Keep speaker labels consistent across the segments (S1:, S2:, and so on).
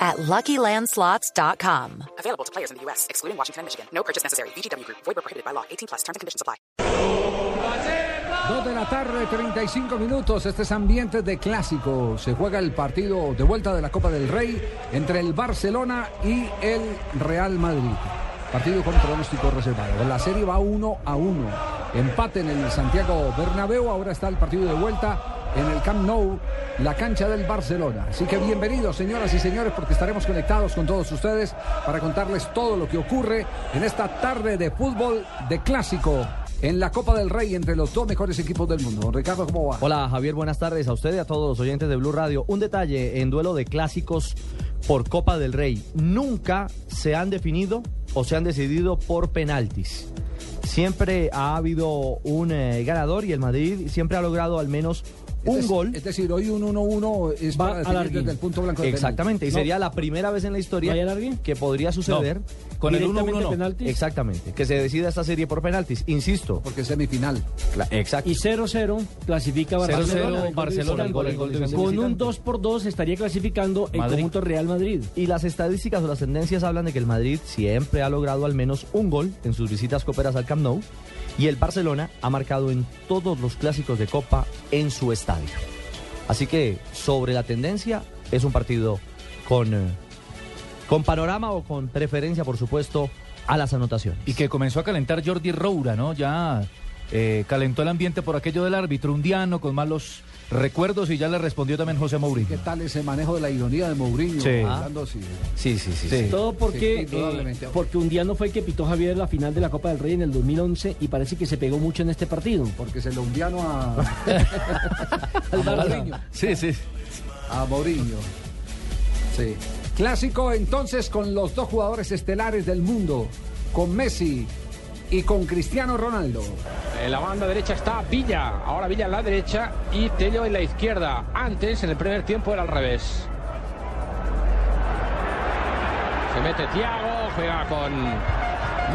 S1: at LuckyLandSlots.com.
S2: Available to players in the U.S., excluding Washington and Michigan. No purchase necessary. VGW Group. Void where prohibited by law. 18 plus. Terms and conditions apply.
S3: 2 de la tarde, 35 minutos. Este es ambiente de clásico. Se juega el partido de vuelta de la Copa del Rey entre el Barcelona y el Real Madrid. Partido con pronóstico reservado. La serie va 1 a 1. Empate en el Santiago Bernabéu. Ahora está el partido de vuelta en el Camp Nou, la cancha del Barcelona. Así que bienvenidos, señoras y señores, porque estaremos conectados con todos ustedes para contarles todo lo que ocurre en esta tarde de fútbol de clásico en la Copa del Rey entre los dos mejores equipos del mundo. Don Ricardo, ¿cómo va?
S4: Hola Javier, buenas tardes a usted y a todos los oyentes de Blue Radio. Un detalle en duelo de clásicos por Copa del Rey. Nunca se han definido o se han decidido por penaltis. Siempre ha habido un eh, ganador y el Madrid siempre ha logrado al menos
S3: Es
S4: un
S3: dec-
S4: gol.
S3: Es decir, hoy un 1-1 es
S5: Va
S3: para
S5: a
S3: definir
S5: larguín.
S3: desde el punto blanco de penalti.
S4: Exactamente, y
S5: No.
S4: sería la primera vez en la historia
S5: ¿No hay alargue?
S4: que podría suceder.
S5: Con el
S4: directamente
S5: 1-1 no.
S4: penaltis. Exactamente, que se decida esta serie por penaltis, insisto.
S3: Porque es semifinal.
S4: Exacto.
S5: Y 0-0 clasifica Barcelona.
S6: 0-0 Barcelona por el gol de visitante.
S5: Con un 2 por 2 estaría clasificando el
S6: Madrid.
S5: conjunto Real Madrid.
S4: Y las estadísticas o las tendencias hablan de que el Madrid siempre ha logrado al menos un gol en sus visitas coperas al Camp Nou y el Barcelona ha marcado en todos los clásicos de Copa en su estadio. Así que sobre la tendencia es un partido con, eh, con panorama o con preferencia, por supuesto, a las anotaciones.
S6: Y que comenzó a calentar Jordi Roura, ¿no? Ya eh, calentó el ambiente por aquello del árbitro undiano con malos recuerdos y ya le respondió también José
S3: ¿Qué
S6: Mourinho.
S3: tal ese manejo de la ironía de Mourinho?
S6: Sí.
S3: Hablando así. ¿eh?
S4: Sí, sí, sí.
S6: Sí.
S5: Todo porque,
S3: Sí, indudablemente.
S5: eh, porque un día no fue el que pitó Javier la final de la Copa del Rey en el 2011 y parece que se pegó mucho en este partido.
S3: Porque se lo hundiano a, a Mourinho.
S6: Sí, sí.
S3: A Mourinho. Sí. Clásico entonces con los dos jugadores estelares del mundo, con Messi y con Cristiano Ronaldo.
S7: En la banda derecha está Villa. Ahora Villa en la derecha y Tello en la izquierda. Antes, en el primer tiempo, era al revés. Se mete Thiago, juega con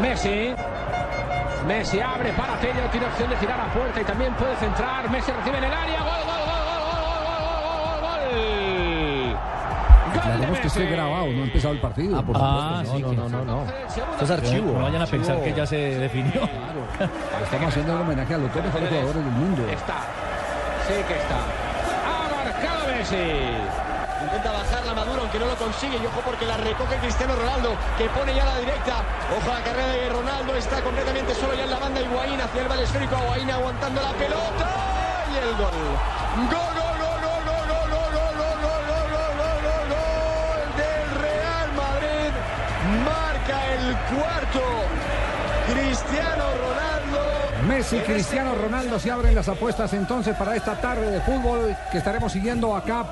S7: Messi. Messi abre para Tello, tiene opción de tirar a puerta y también puede centrar. Messi recibe en el área. Gol, gol, gol, gol, gol, gol, gol, gol, gol.
S3: Pues
S7: Gol de
S3: Aclaremos que
S7: Messi.
S3: estoy grabado, no ha empezado el partido.
S4: Ah, por
S6: Ah,
S4: supuesto, no,
S6: sí,
S4: no, no, no, no.
S7: Segundo
S4: Esto
S3: Pues
S4: es archivo.
S6: No vayan a
S4: archivo.
S6: pensar que ya se definió.
S3: Estamos haciendo un homenaje a los dos mejores jugadores del mundo.
S7: Está. Sí que está. Ha marcado Messi.
S8: Intenta bajarla Maduro, aunque no lo consigue. Y ojo porque la recoge Cristiano Ronaldo, que pone ya la directa. Ojo a la carrera de Ronaldo, está completamente solo ya en la banda. Higuaín hacia el balesférico, Higuaín aguantando la pelota. Y el gol. Gol, gol, gol, gol, gol, gol, gol, gol, gol, gol, gol, gol, gol, gol, gol del Real Madrid. Marca el cuarto. Cristiano Ronaldo.
S3: Messi, Cristiano Ronaldo se abren las apuestas entonces para esta tarde de fútbol que estaremos siguiendo acá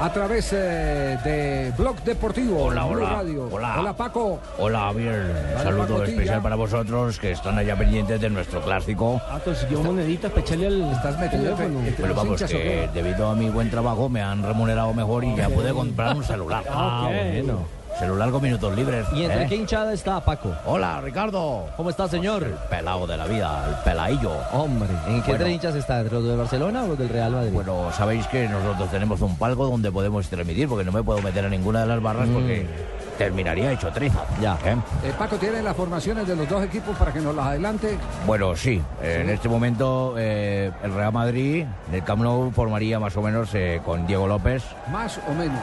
S3: a través eh, de Blog Deportivo.
S9: Hola,
S3: Blue
S9: hola,
S3: Radio.
S9: hola.
S3: Paco.
S9: Hola Javier,
S3: Hola,
S9: saludo
S3: Paco Tilla.
S9: especial para vosotros que están allá pendientes de nuestro clásico.
S5: Ah, consiguió moneditas para echarle al
S3: Estás metido entre-
S5: teléfono.
S3: entre
S9: Pero
S3: los
S9: vamos, eh,
S3: hinchas, ¿o
S9: que
S3: qué?
S9: debido a mi buen trabajo me han remunerado mejor y ya pude comprar un celular.
S5: Ah, bueno.
S9: Celular con minutos libres.
S4: ¿Y entre
S9: ¿eh?
S4: qué hinchada está Paco?
S9: Hola Ricardo,
S4: ¿Cómo está, señor?
S9: el pelado de la vida, el peladillo.
S4: Hombre, ¿en qué
S9: Bueno.
S4: tres hinchas está? ¿Entre los de Barcelona o los del Real Madrid?
S9: Bueno, sabéis que nosotros tenemos un palco donde podemos transmitir porque no me puedo meter a ninguna de las
S3: Mm.
S9: barras porque terminaría hecho trizas.
S4: Ya.
S9: ¿eh?
S3: Eh, Paco tiene las formaciones de los dos equipos para que nos las adelante.
S9: Bueno, sí. eh, En este momento eh, el Real Madrid en el Camp Nou formaría más o menos eh, con Diego López,
S3: Más o menos.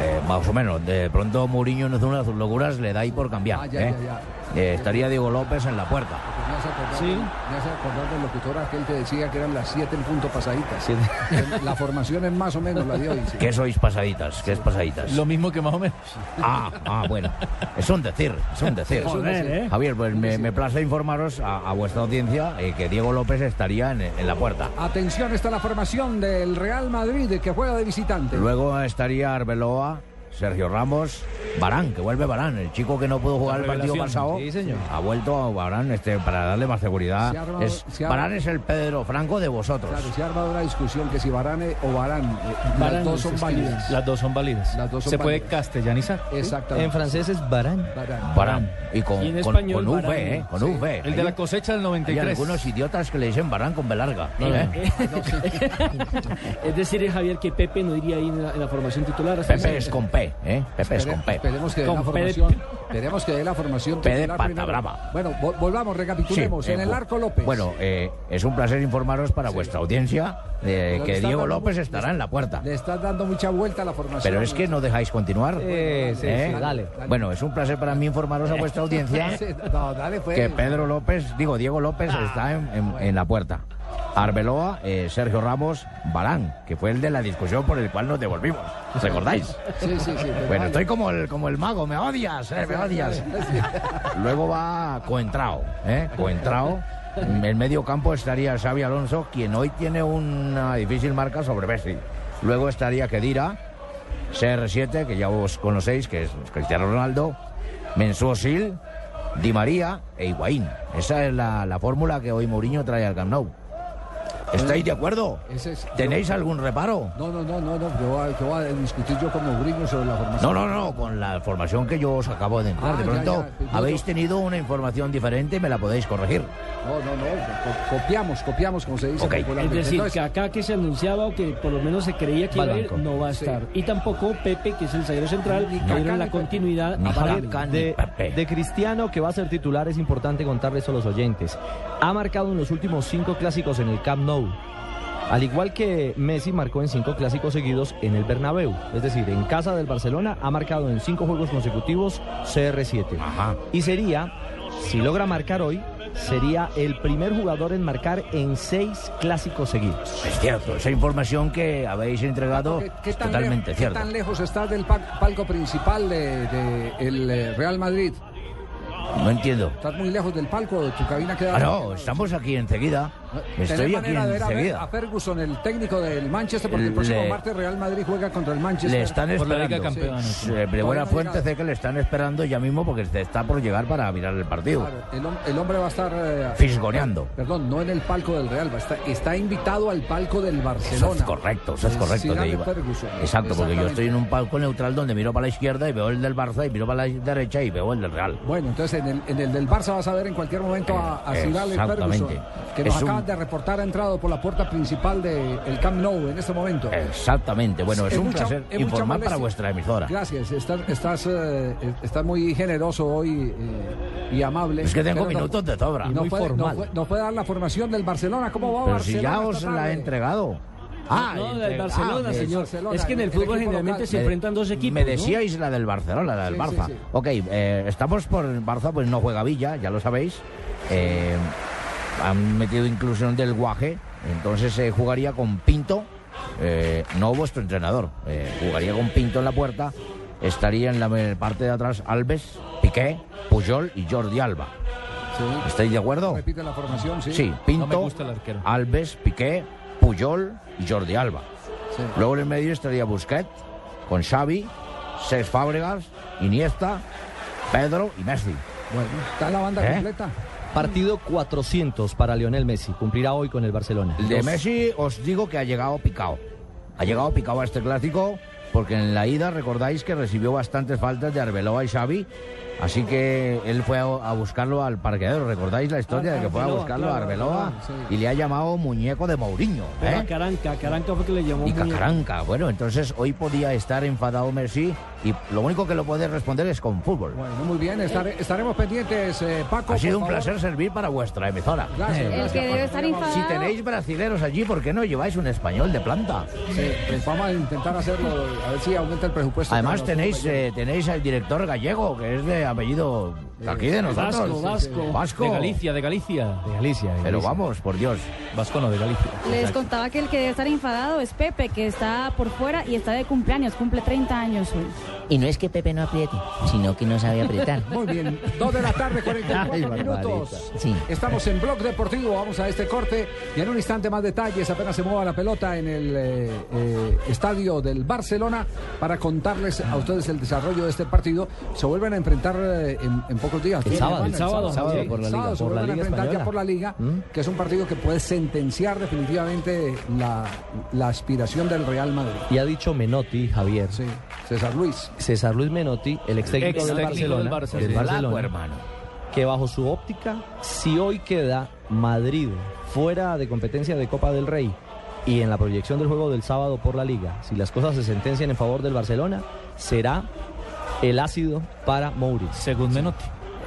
S9: eh, más o menos. De pronto Mourinho no hace unas locuras, le da ahí por cambiar.
S3: Ah, ya,
S9: ¿eh?
S3: ya, ya.
S9: Eh, estaría Diego López en la puerta.
S3: Porque Pues Me hace acordar,
S5: Sí.
S3: me hace acordar del locutor aquel que decía que eran las 7 en punto pasaditas. La formación es más o menos la de hoy. sí.
S9: ¿Qué sois pasaditas? ¿Qué es pasaditas?
S6: Lo mismo que más o menos.
S9: Ah, ah, bueno. Es un decir, es un decir.
S3: Es un decir.
S5: ¿eh?
S9: Javier, pues me, me place informaros a, a vuestra audiencia eh, que Diego López estaría en, en la puerta.
S3: Atención, está la formación del Real Madrid que juega de visitante.
S9: Luego estaría Arbeloa, Sergio Ramos, Barán, que vuelve Barán, el chico que no pudo jugar el partido
S6: revelación.
S9: pasado.
S6: Sí, señor.
S9: Ha vuelto a Barán este, para darle más seguridad.
S3: Se ha armado-
S9: Es-
S3: se ha-
S9: Barán es el Pedro Franco de vosotros.
S3: Claro, se ha armado una discusión que si Barane o Barán, eh,
S5: Varane
S3: las dos son
S5: es que-
S3: válidas.
S6: Las dos son válidas.
S3: Las dos son
S6: Se puede
S3: válidas.
S6: castellanizar.
S4: En
S3: Exactamente.
S4: francés es barán.
S3: Varane.
S9: Barán. Y con,
S5: Y en
S9: con-
S5: español,
S9: con
S5: Varane.
S9: V, ¿eh? Con V.
S6: El de la cosecha del
S9: Hay
S6: 93.
S9: algunos idiotas que le dicen Barán con B larga. ¿eh?
S5: es decir, eh, Javier, que Pepe no iría ahí en la, en la formación titular. hasta
S9: Pepe
S5: el
S9: es
S5: momento.
S9: con P, ¿eh? Pepe es con P.
S3: Esperemos que dé
S5: Con
S3: la
S5: P de-
S3: formación. Esperemos que dé la formación.
S9: P de
S3: titular
S9: pata
S3: primero.
S9: brava.
S3: Bueno, vol- volvamos, recapitulemos.
S9: Sí,
S3: en
S9: eh,
S3: el
S9: bu-
S3: arco López.
S9: Bueno, eh, es un placer informaros para vuestra audiencia de
S3: Pero le
S9: que
S3: está
S9: Diego
S3: dando
S9: López
S3: mu-
S9: estará
S3: le-
S9: en la puerta.
S3: Le estás dando mucha vuelta a la formación.
S9: Pero es que no dejáis continuar.
S4: Eh, sí,
S9: ¿Eh?
S4: sí, dale.
S9: Bueno, es un placer para mí informaros a vuestra audiencia
S3: Sí, Ah, No, dale, pues.
S9: que Pedro López, digo, Diego López está en, en- en la puerta. Arbeloa, eh, Sergio Ramos, Barán, que fue el de la discusión por el cual nos devolvimos. ¿Os ¿Recordáis?
S3: Sí, sí, sí. pero
S9: Bueno,
S3: dale.
S9: estoy como el, como el mago, me odias, eh, me odias. Luego va Coentrao, ¿eh? Coentrao. En el medio campo estaría Xavi Alonso, quien hoy tiene una difícil marca sobre Messi. Luego estaría Kedira, CR7, que ya vos conocéis, que es Cristiano Ronaldo, Mensuosil, Di María e Higuaín. Esa es la, la fórmula que hoy Mourinho trae al Camp Nou. ¿Estáis de acuerdo?
S3: Ese es-
S9: ¿Tenéis algún reparo?
S3: No, no, no, no, no. Yo voy a, yo voy a discutir yo como gringo sobre la formación.
S9: No, no, no, con la información que yo os acabo
S3: Ah,
S9: de enviar. De
S3: ya,
S9: pronto
S3: ya, pues, yo
S9: habéis
S3: no-
S9: tenido una información diferente y me la podéis corregir.
S3: No, no, no. co- copiamos, copiamos, como se dice
S9: Ok.
S5: Es
S3: popularmente.
S5: decir, que
S3: Entonces,
S5: acá que se anunciaba o que por lo menos se creía que
S4: Va
S5: iba a ir,
S4: banco.
S5: no va a
S3: Sí.
S5: estar. Y tampoco Pepe, que es el zaguero central,
S3: Ni
S5: que
S3: Kaká,
S5: dieron
S3: ni
S5: la
S3: Pepe.
S5: continuidad
S9: Ni
S5: a
S9: Javier
S5: Varane.
S9: Can-
S4: De,
S9: Pepe.
S4: de Cristiano, que va a ser titular, es importante contarles a los oyentes. Ha marcado en los últimos cinco clásicos en el Camp Nou. Al igual que Messi marcó en cinco clásicos seguidos en el Bernabéu. Es decir, en casa del Barcelona ha marcado en cinco juegos consecutivos CR7.
S9: Ajá.
S4: Y sería, si logra marcar hoy, sería el primer jugador en marcar en seis clásicos seguidos.
S9: Es cierto, esa información que habéis entregado
S3: ¿qué- qué
S9: es
S3: tan
S9: totalmente
S3: lejos-
S9: cierta.
S3: ¿Qué tan lejos está del pa- palco principal del de, el, eh, Real Madrid?
S9: No entiendo.
S3: ¿Estás muy lejos del palco? ¿Tu cabina queda.?
S9: Ah, no, estamos aquí enseguida.
S3: ¿Tenés
S9: Estoy aquí
S3: manera de ver a, Fer- a
S9: enseguida.
S3: Ferguson, el técnico del Manchester, porque el próximo
S9: Le-
S3: martes Real Madrid juega contra el Manchester.
S9: Le están
S6: Por la Liga de
S9: esperando.
S6: Campeones.
S9: Sí, De
S3: Todavía
S9: buena
S3: no
S9: fuente
S3: llega.
S9: sé que le están esperando ya mismo porque se está por llegar para mirar el partido.
S3: Claro, el, hom- el hombre va a estar. eh,
S9: Fisgoneando.
S3: Perdón, no en el palco del Real, va a estar- está invitado al palco del Barcelona.
S9: Eso es correcto, eso es
S3: Del
S9: correcto.
S3: Zidane
S9: te iba.
S3: Ferguson.
S9: Exacto, porque yo
S3: Exactamente.
S9: estoy en un palco neutral donde miro para la izquierda y veo el del Barça y miro para la derecha y veo el del Real.
S3: Bueno, entonces en el, en el del Barça vas a ver en cualquier momento a, a Zidane
S9: Exactamente.
S3: Ferguson, que nos
S9: Es un-
S3: acaban de reportar ha entrado por la puerta principal del Camp Nou en este momento.
S9: Exactamente, bueno, es, un
S3: mucha-
S9: placer
S3: es mucha
S9: informar
S3: molestia.
S9: para vuestra emisora.
S3: Gracias, estás, estás, eh, estás muy generoso hoy eh, y amable.
S9: Es que tengo
S3: Pero no-
S9: minutos de sobra.
S3: No puede, no
S4: formal.
S3: puede- no puede dar la formación del Barcelona. ¿Cómo va
S9: Pero si
S3: Barcelona?
S9: ya os
S3: esta
S9: la he
S3: tarde?
S9: entregado.
S5: Ah, no,
S9: entregado.
S5: del Barcelona,
S9: Me-
S5: señor.
S3: Barcelona,
S5: es que en
S3: el
S5: el fútbol
S3: equipo
S5: generalmente
S3: local.
S5: se enfrentan dos equipos.
S9: Me
S5: ¿no?
S9: decíais la del Barcelona, la del
S3: Sí,
S9: Barça.
S3: sí, sí.
S9: Ok, eh, estamos por el Barça, pues no juega Villa, ya lo sabéis. Eh, han metido inclusión del Guaje, entonces se jugaría con Pinto, eh, no vuestro entrenador, eh, jugaría con Pinto en la puerta. Estaría en la parte de atrás Alves, Piqué, Puyol y Jordi Alba.
S3: Sí.
S9: ¿Estáis de acuerdo?
S3: Repite la formación, sí.
S9: Sí, Pinto,
S6: No me gusta el arquero.
S9: Alves, Piqué, Puyol y Jordi Alba.
S3: Sí.
S9: Luego en el medio estaría Busquets con Xavi, Cesc Fábregas, Iniesta, Pedro y Messi.
S3: Bueno, está la banda
S9: ¿Eh?
S3: completa.
S4: Partido 400 para Lionel Messi. Cumplirá hoy con el Barcelona.
S9: El de
S4: Dos-
S9: Messi os digo que ha llegado picado. Ha llegado picado a este clásico porque en la ida recordáis que recibió bastantes faltas de Arbeloa y Xavi. Así que él fue a, a buscarlo al parqueadero. ¿Recordáis la historia
S5: Ah,
S9: de que fue a
S5: Arbeloa,
S9: buscarlo a
S5: claro,
S9: Arbeloa?
S3: Arbeloa, sí.
S9: Y le ha llamado muñeco de Mourinho.
S5: Pero
S9: ¿eh?
S5: a Caranca, a Caranca fue que le llamó.
S9: Y
S5: muy-
S9: Cacaranca, bueno, entonces hoy podía estar enfadado Messi y lo único que lo puede responder es con fútbol.
S3: Bueno, muy bien, estare- estaremos pendientes, eh, Paco.
S9: ha sido
S3: por
S9: un
S3: favor.
S9: placer servir para vuestra emisora.
S3: Gracias,
S9: Eh,
S10: El
S3: gracias,
S10: que
S3: Paco.
S10: debe estar enfadado.
S9: Si tenéis brasileros allí, ¿por qué no lleváis un español de planta?
S3: Sí, pues vamos a intentar hacerlo, a ver si aumenta el presupuesto.
S9: Además
S3: Claro,
S9: tenéis eh, tenéis al director gallego, que es de apellido de aquí de nosotros.
S5: Vasco, Vasco.
S9: Vasco.
S6: De Galicia, de Galicia.
S4: de Galicia. de
S9: Pero
S4: Galicia.
S9: vamos, por Dios.
S6: Vasco no, de Galicia.
S10: Les contaba que el que debe estar enfadado es Pepe, que está por fuera y está de cumpleaños, cumple 30 años hoy. Y no es que Pepe no apriete, sino que no sabe apretar.
S3: Muy bien, 2 de la tarde, 44
S10: Ay,
S3: minutos.
S10: Sí.
S3: Estamos en Blog Deportivo, vamos a este corte y en un instante más detalles, apenas se mueva la pelota en el eh, eh, estadio del Barcelona para contarles a ustedes el desarrollo de este partido. Se vuelven a enfrentar eh, en, en pocos días.
S4: El
S3: Sí,
S4: sábado,
S3: van
S4: el sábado, sábado
S3: sí,
S4: por la
S3: el
S4: Liga,
S3: sábado se
S4: por la
S3: vuelven a
S4: Liga
S3: enfrentar ya
S4: Española.
S3: por la Liga,
S4: ¿Mm?
S3: que es un partido que puede sentenciar definitivamente la, la aspiración del Real Madrid.
S4: Y ha dicho Menotti, Javier.
S3: Sí, César Luis.
S4: César Luis Menotti, el ex técnico,
S6: Ex
S4: del,
S6: técnico
S4: Barcelona,
S6: del Barça,
S4: del
S6: sí.
S4: Barcelona,
S9: Flaco, hermano.
S4: que bajo su óptica, si hoy queda Madrid fuera de competencia de Copa del Rey y en la proyección del juego del sábado por la Liga, si las cosas se sentencian en favor del Barcelona, será el ácido para Mauricio.
S6: Según Menotti.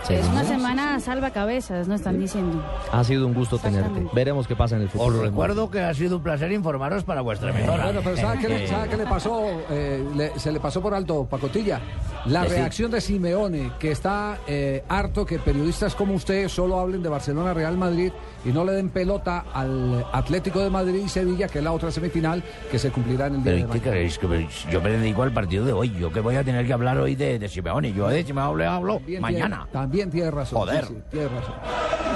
S11: Es una semana salva cabezas, no están diciendo.
S4: Ha sido un gusto tenerte.
S11: Exactamente.
S4: Veremos qué pasa en el
S9: Os
S4: futuro.
S9: recuerdo que ha sido un placer informaros para vuestra emisora.
S3: Bueno, pero ¿sabe qué le,
S9: Eh,
S3: sabe qué le pasó? Eh, le- se le pasó por alto, Pacotilla. La
S10: Sí.
S3: reacción de Simeone, que está eh, harto que periodistas como usted solo hablen de Barcelona, Real Madrid y no le den pelota al Atlético de Madrid y Sevilla, que es la otra semifinal que se cumplirá en el día
S9: Pero
S3: de
S9: ¿y qué
S3: mañana.
S9: queréis? Que me- yo me dedico al partido de hoy. Yo que voy a tener que hablar hoy de, de Simeone. Yo de Simeone hablo
S3: También tiene-
S9: mañana.
S3: también tiene razón.
S9: Joder.
S3: sí, sí, tiene razón.